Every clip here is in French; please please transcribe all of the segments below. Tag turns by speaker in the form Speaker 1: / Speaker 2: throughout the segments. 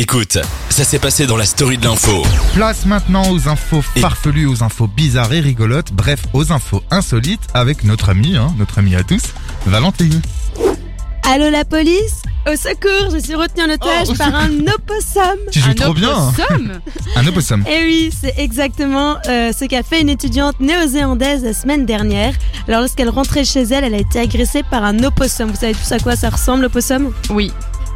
Speaker 1: Écoute, ça s'est passé dans la story de l'info.
Speaker 2: Place maintenant aux infos
Speaker 1: Et-
Speaker 2: farfelues, aux infos bizarres et rigolotes, bref, aux infos insolites avec notre ami, hein, notre ami à tous, Valentine.
Speaker 3: Allô la police Au secours, je suis retenue en otage
Speaker 2: Oh, au
Speaker 3: par un opossum.
Speaker 2: Tu joues trop bien hein.
Speaker 4: opossum
Speaker 2: Un opossum.
Speaker 3: Eh oui, c'est exactement euh, ce qu'a fait une étudiante néo-zélandaise la semaine dernière. Alors lorsqu'elle rentrait chez elle, elle a été agressée par un opossum. Vous savez tous à quoi ça ressemble l'opossum
Speaker 4: Oui.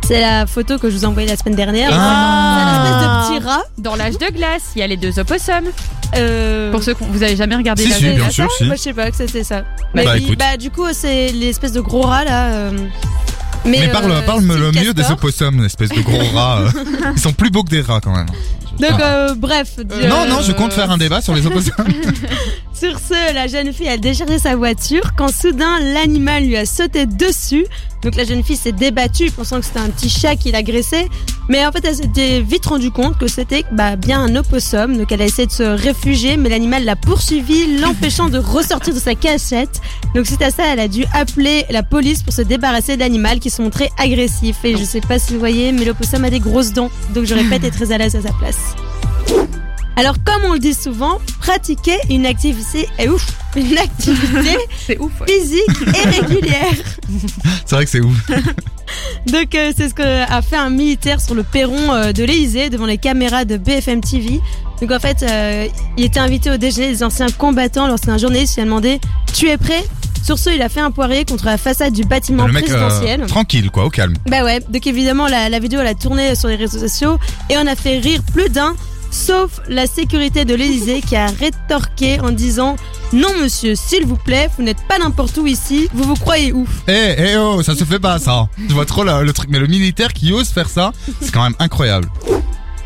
Speaker 3: C'est la photo que je vous ai envoyée la semaine dernière.
Speaker 2: Ah.
Speaker 3: C'est un espèce de petit rat.
Speaker 4: Dans l'âge de glace, il y a les deux opossums.
Speaker 3: Euh,
Speaker 4: Pour ceux que vous avez jamais regardé
Speaker 2: Si,
Speaker 4: l'âge
Speaker 2: si.
Speaker 4: de
Speaker 3: c'est
Speaker 2: bien
Speaker 3: ça
Speaker 2: sûr, si.
Speaker 3: Moi je sais pas que c'était ça. Mais
Speaker 2: Bah,
Speaker 3: oui,
Speaker 2: écoute.
Speaker 3: bah, du coup c'est l'espèce de gros rat là. euh,
Speaker 2: Mais
Speaker 3: euh,
Speaker 2: parle, parle
Speaker 3: style
Speaker 2: le mieux des
Speaker 3: castor.
Speaker 2: opossums, espèce de gros rats. euh. Ils sont plus beaux que des rats quand même.
Speaker 3: Donc euh, bref. dis-
Speaker 2: Ah. Non,
Speaker 3: euh,
Speaker 2: non, je compte faire un débat sur les opossums.
Speaker 3: Sur ce, la jeune fille a déchargé sa voiture quand soudain l'animal lui a sauté dessus. Donc la jeune fille s'est débattue pensant que c'était un petit chat qui l'agressait. Mais en fait, elle s'était vite rendue compte que c'était bah, bien un opossum. Donc elle a essayé de se réfugier, mais l'animal l'a poursuivie, l'empêchant de ressortir de sa cachette. Donc suite à ça, elle a dû appeler la police pour se débarrasser de l'animal qui se montrait agressif. Et je sais pas si vous voyez, mais l'opossum a des grosses dents. Donc j'aurais pas été très à l'aise à sa place. Alors, comme on le dit souvent, pratiquer une activité, et ouf, une activité
Speaker 4: C'est ouf.
Speaker 3: physique et régulière.
Speaker 2: C'est vrai que c'est ouf.
Speaker 3: Donc, euh, c'est ce qu'a fait un militaire sur le perron euh, de l'Elysée devant les caméras de BFM TV. Donc, en fait, euh, il était invité au déjeuner des anciens combattants lorsqu'un journaliste lui a demandé Tu es prêt sur ce, il a fait un poirier contre la façade du bâtiment
Speaker 2: le mec, euh,
Speaker 3: présidentiel.
Speaker 2: tranquille quoi, au calme.
Speaker 3: Bah ouais, donc évidemment la, la vidéo elle a tourné sur les réseaux sociaux et on a fait rire plus d'un, sauf la sécurité de l'Elysée qui a rétorqué en disant Non monsieur, s'il vous plaît, vous n'êtes pas n'importe où ici, vous vous croyez où
Speaker 2: Eh, eh oh, ça se fait pas ça. Je vois trop la- le truc, mais le militaire qui ose faire ça, c'est quand même incroyable.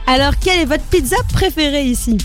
Speaker 3: Alors quelle est votre pizza préférée ici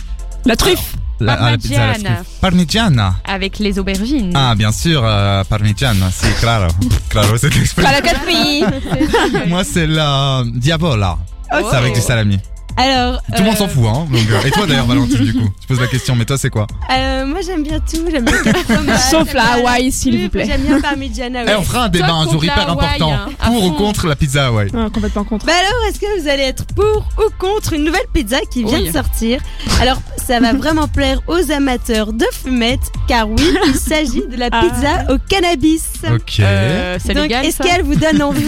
Speaker 4: La truffe
Speaker 2: La, ah, la pizza à la
Speaker 4: Parmigiana.
Speaker 2: truffe. Parmigiana.
Speaker 4: Avec les aubergines.
Speaker 2: Ah, bien sûr, euh, parmigiana, si, claro. Claro, c'est exprès.
Speaker 3: la café
Speaker 2: Ah. Moi, c'est la diavola.
Speaker 4: Ok.
Speaker 2: C'est avec
Speaker 4: Oh.
Speaker 2: du salami.
Speaker 3: Alors.
Speaker 2: Tout le monde
Speaker 3: euh,
Speaker 2: s'en fout, hein. donc, euh, et toi d'ailleurs, Valentine, du coup, tu poses la question, mais toi, c'est quoi
Speaker 3: euh, moi j'aime bien tout, j'aime bien le fromage,
Speaker 5: Sauf la
Speaker 3: j'aime bien
Speaker 5: Hawaï, s'il
Speaker 3: truffe,
Speaker 5: vous plaît.
Speaker 3: J'aime bien Parmigiana.
Speaker 2: Eh,
Speaker 3: ouais.
Speaker 2: on fera un débat un
Speaker 4: contre
Speaker 2: jour
Speaker 4: la
Speaker 2: hyper
Speaker 4: Hawaï,
Speaker 2: important.
Speaker 4: hein, à
Speaker 2: pour ou
Speaker 4: fond.
Speaker 2: contre la pizza Hawaï
Speaker 5: Non, complètement contre.
Speaker 3: Bah alors, est-ce que vous allez être pour ou contre une nouvelle pizza qui vient
Speaker 4: Oui.
Speaker 3: de sortir Alors, ça va vraiment plaire aux amateurs de fumettes, car oui, il s'agit de la
Speaker 4: Ah.
Speaker 3: pizza au cannabis.
Speaker 2: Ok.
Speaker 4: Euh, c'est
Speaker 3: Donc,
Speaker 4: légal,
Speaker 3: est-ce
Speaker 4: ça
Speaker 3: qu'elle vous donne envie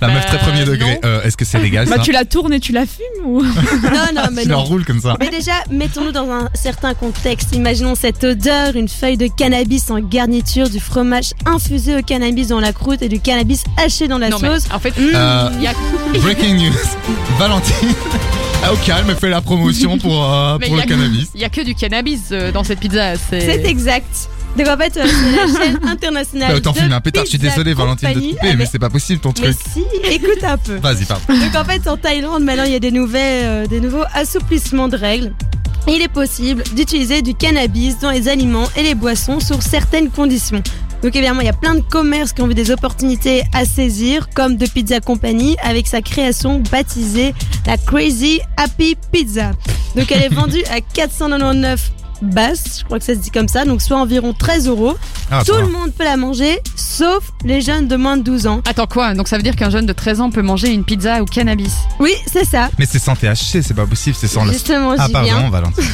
Speaker 2: la meuf très
Speaker 4: bah,
Speaker 2: premier degré.
Speaker 4: non.
Speaker 2: Euh, Est-ce que c'est légal ça
Speaker 5: Bah, tu la tournes et tu la fumes ou
Speaker 3: Non, non,
Speaker 4: bah,
Speaker 3: mais
Speaker 2: Tu
Speaker 3: non.
Speaker 2: l'enroules comme ça.
Speaker 3: Mais déjà, mettons-nous dans un certain contexte. Imaginons cette odeur, une feuille de cannabis en garniture, du fromage infusé au cannabis dans la croûte et du cannabis haché dans la
Speaker 4: Non, mais
Speaker 3: sauce.
Speaker 4: en fait,
Speaker 3: Mmh.
Speaker 2: Euh,
Speaker 4: il y a...
Speaker 2: breaking news. Valentine, au calme, elle fait la promotion pour, euh,
Speaker 4: Mais
Speaker 2: pour
Speaker 4: il y
Speaker 2: le
Speaker 4: a-
Speaker 2: cannabis.
Speaker 4: il y a que du cannabis euh, dans cette pizza.
Speaker 3: C'est
Speaker 4: C'est
Speaker 3: exact. Donc en fait, euh, c'est la chaîne internationale.
Speaker 2: Bah, autant
Speaker 3: de
Speaker 2: filmer un pétard, je suis
Speaker 3: Pizza
Speaker 2: désolé, Valentine, de te
Speaker 3: Company.
Speaker 2: couper,
Speaker 3: Ah,
Speaker 2: mais
Speaker 3: mais-
Speaker 2: c'est pas possible ton
Speaker 3: Mais
Speaker 2: truc.
Speaker 3: si, écoute un peu.
Speaker 2: Vas-y, pardon.
Speaker 3: Donc en fait, en Thaïlande, maintenant, il y a des, nouvelles, euh, des nouveaux assouplissements de règles. Il est possible d'utiliser du cannabis dans les aliments et les boissons sur certaines conditions. Donc évidemment, il y a plein de commerces qui ont vu des opportunités à saisir, comme de Pizza Company avec sa création baptisée la Crazy Happy Pizza. Donc elle est vendue à 499 basses, je crois que ça se dit comme ça, donc soit environ 13 euros.
Speaker 2: Ah, ça
Speaker 3: Tout
Speaker 2: va.
Speaker 3: le monde peut la manger, sauf les jeunes de moins de 12 ans.
Speaker 4: Attends quoi Donc ça veut dire qu'un jeune de 13 ans peut manger une pizza au cannabis
Speaker 3: Oui, c'est ça.
Speaker 2: Mais c'est sans THC, c'est pas possible, c'est sans la.
Speaker 3: Justement,
Speaker 2: Ah,
Speaker 3: j'y viens.
Speaker 2: pardon, Valentine.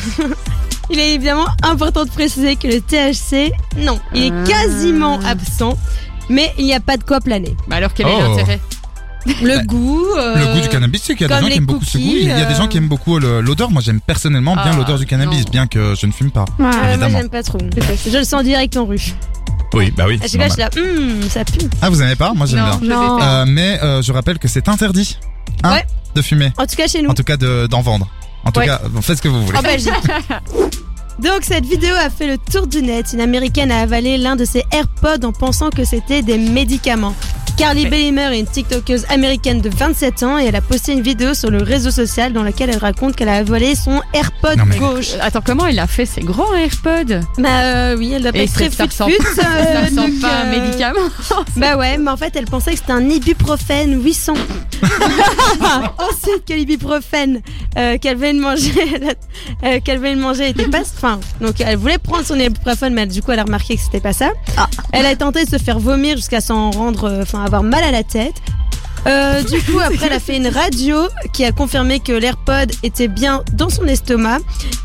Speaker 3: Il est évidemment important de préciser que le THC, non, il est
Speaker 4: Ah.
Speaker 3: quasiment absent. Mais il n'y a pas de quoi planer.
Speaker 4: Bah alors quel est
Speaker 2: Oh.
Speaker 4: l'intérêt
Speaker 3: Le goût. euh,
Speaker 2: Bah, Le goût du cannabis, c'est qu'il y a des
Speaker 3: comme
Speaker 2: gens qui
Speaker 3: les
Speaker 2: aiment beaucoup ce goût.
Speaker 3: cookies,
Speaker 2: Il y a des
Speaker 3: euh,
Speaker 2: gens qui aiment beaucoup le- l'odeur. Moi, j'aime personnellement bien
Speaker 4: Ah,
Speaker 2: l'odeur du cannabis,
Speaker 4: non.
Speaker 2: bien que je ne fume pas.
Speaker 3: euh, moi,
Speaker 2: évidemment.
Speaker 3: j'aime pas trop. Je le sens direct en rue.
Speaker 2: Oui, bah oui.
Speaker 3: À chaque fois, je suis là, Hum, Ah, ça pue.
Speaker 2: Ah, vous aimez pas Moi, j'aime bien.
Speaker 4: Non, je
Speaker 5: Non.
Speaker 4: déteste.
Speaker 2: Euh, mais euh, je rappelle que c'est interdit hein,
Speaker 3: Ouais.
Speaker 2: de fumer.
Speaker 3: En tout cas, chez nous.
Speaker 2: En tout cas, de- d'en vendre. En tout
Speaker 3: Ouais.
Speaker 2: cas, bon, faites ce que vous voulez.
Speaker 3: En Belgique. Donc cette vidéo a fait le tour du net. Une américaine a avalé l'un de ses AirPods en pensant que c'était des médicaments. Carly Bellimer est une TikTokeuse américaine de 27 ans et elle a posté une vidéo sur le réseau social dans laquelle elle raconte qu'elle a avalé son AirPod
Speaker 2: Non, mais-
Speaker 3: gauche.
Speaker 4: Euh, Attends, comment il a fait ses grands AirPods
Speaker 3: Bah euh, oui, elle doit pas
Speaker 4: Et
Speaker 3: être très
Speaker 4: ça
Speaker 3: fut
Speaker 4: ressemble-
Speaker 3: fut,
Speaker 4: Ça
Speaker 3: euh,
Speaker 4: ressemble
Speaker 3: donc,
Speaker 4: pas à un
Speaker 3: euh,
Speaker 4: médicament
Speaker 3: Bah ouais, mais en fait, elle pensait que c'était un ibuprofène 800. Ensuite, que l'ibuprofène euh, qu'elle venait de manger, euh, qu'elle venait de manger était pas fin. Donc, elle voulait prendre son ibuprofène, mais du coup, elle a remarqué que
Speaker 5: Ah.
Speaker 3: c'était pas ça. Elle a tenté de se faire vomir jusqu'à s'en rendre, euh, enfin, avoir mal à la tête. Euh, du coup, après, elle a fait une radio qui a confirmé que l'AirPod était bien dans son estomac.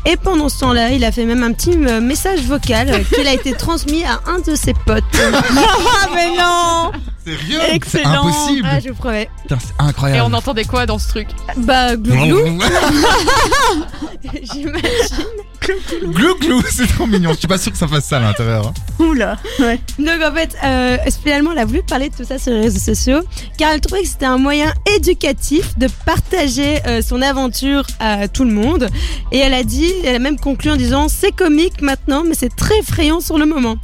Speaker 3: Et pendant ce temps-là, il a fait même un petit euh, message vocal euh, qu'il a été transmis à un de ses potes.
Speaker 5: Ah, mais non
Speaker 2: Sérieux C'est
Speaker 5: Excellent.
Speaker 2: impossible
Speaker 3: Ah, je vous promets.
Speaker 2: Putain, c'est
Speaker 4: Et on
Speaker 2: incroyable
Speaker 4: entendait quoi dans ce truc
Speaker 3: Bah, glouglou, j'imagine.
Speaker 2: Glou glou, c'est trop mignon. Je suis pas sûr que ça fasse ça à l'intérieur. hein.
Speaker 5: Oula ouais.
Speaker 3: Donc en fait, euh, finalement, elle a voulu parler de tout ça sur les réseaux sociaux, car elle trouvait que c'était un moyen éducatif de partager euh, son aventure à tout le monde. Et elle a dit, elle a même conclu en disant, c'est comique maintenant, mais c'est très effrayant sur le moment.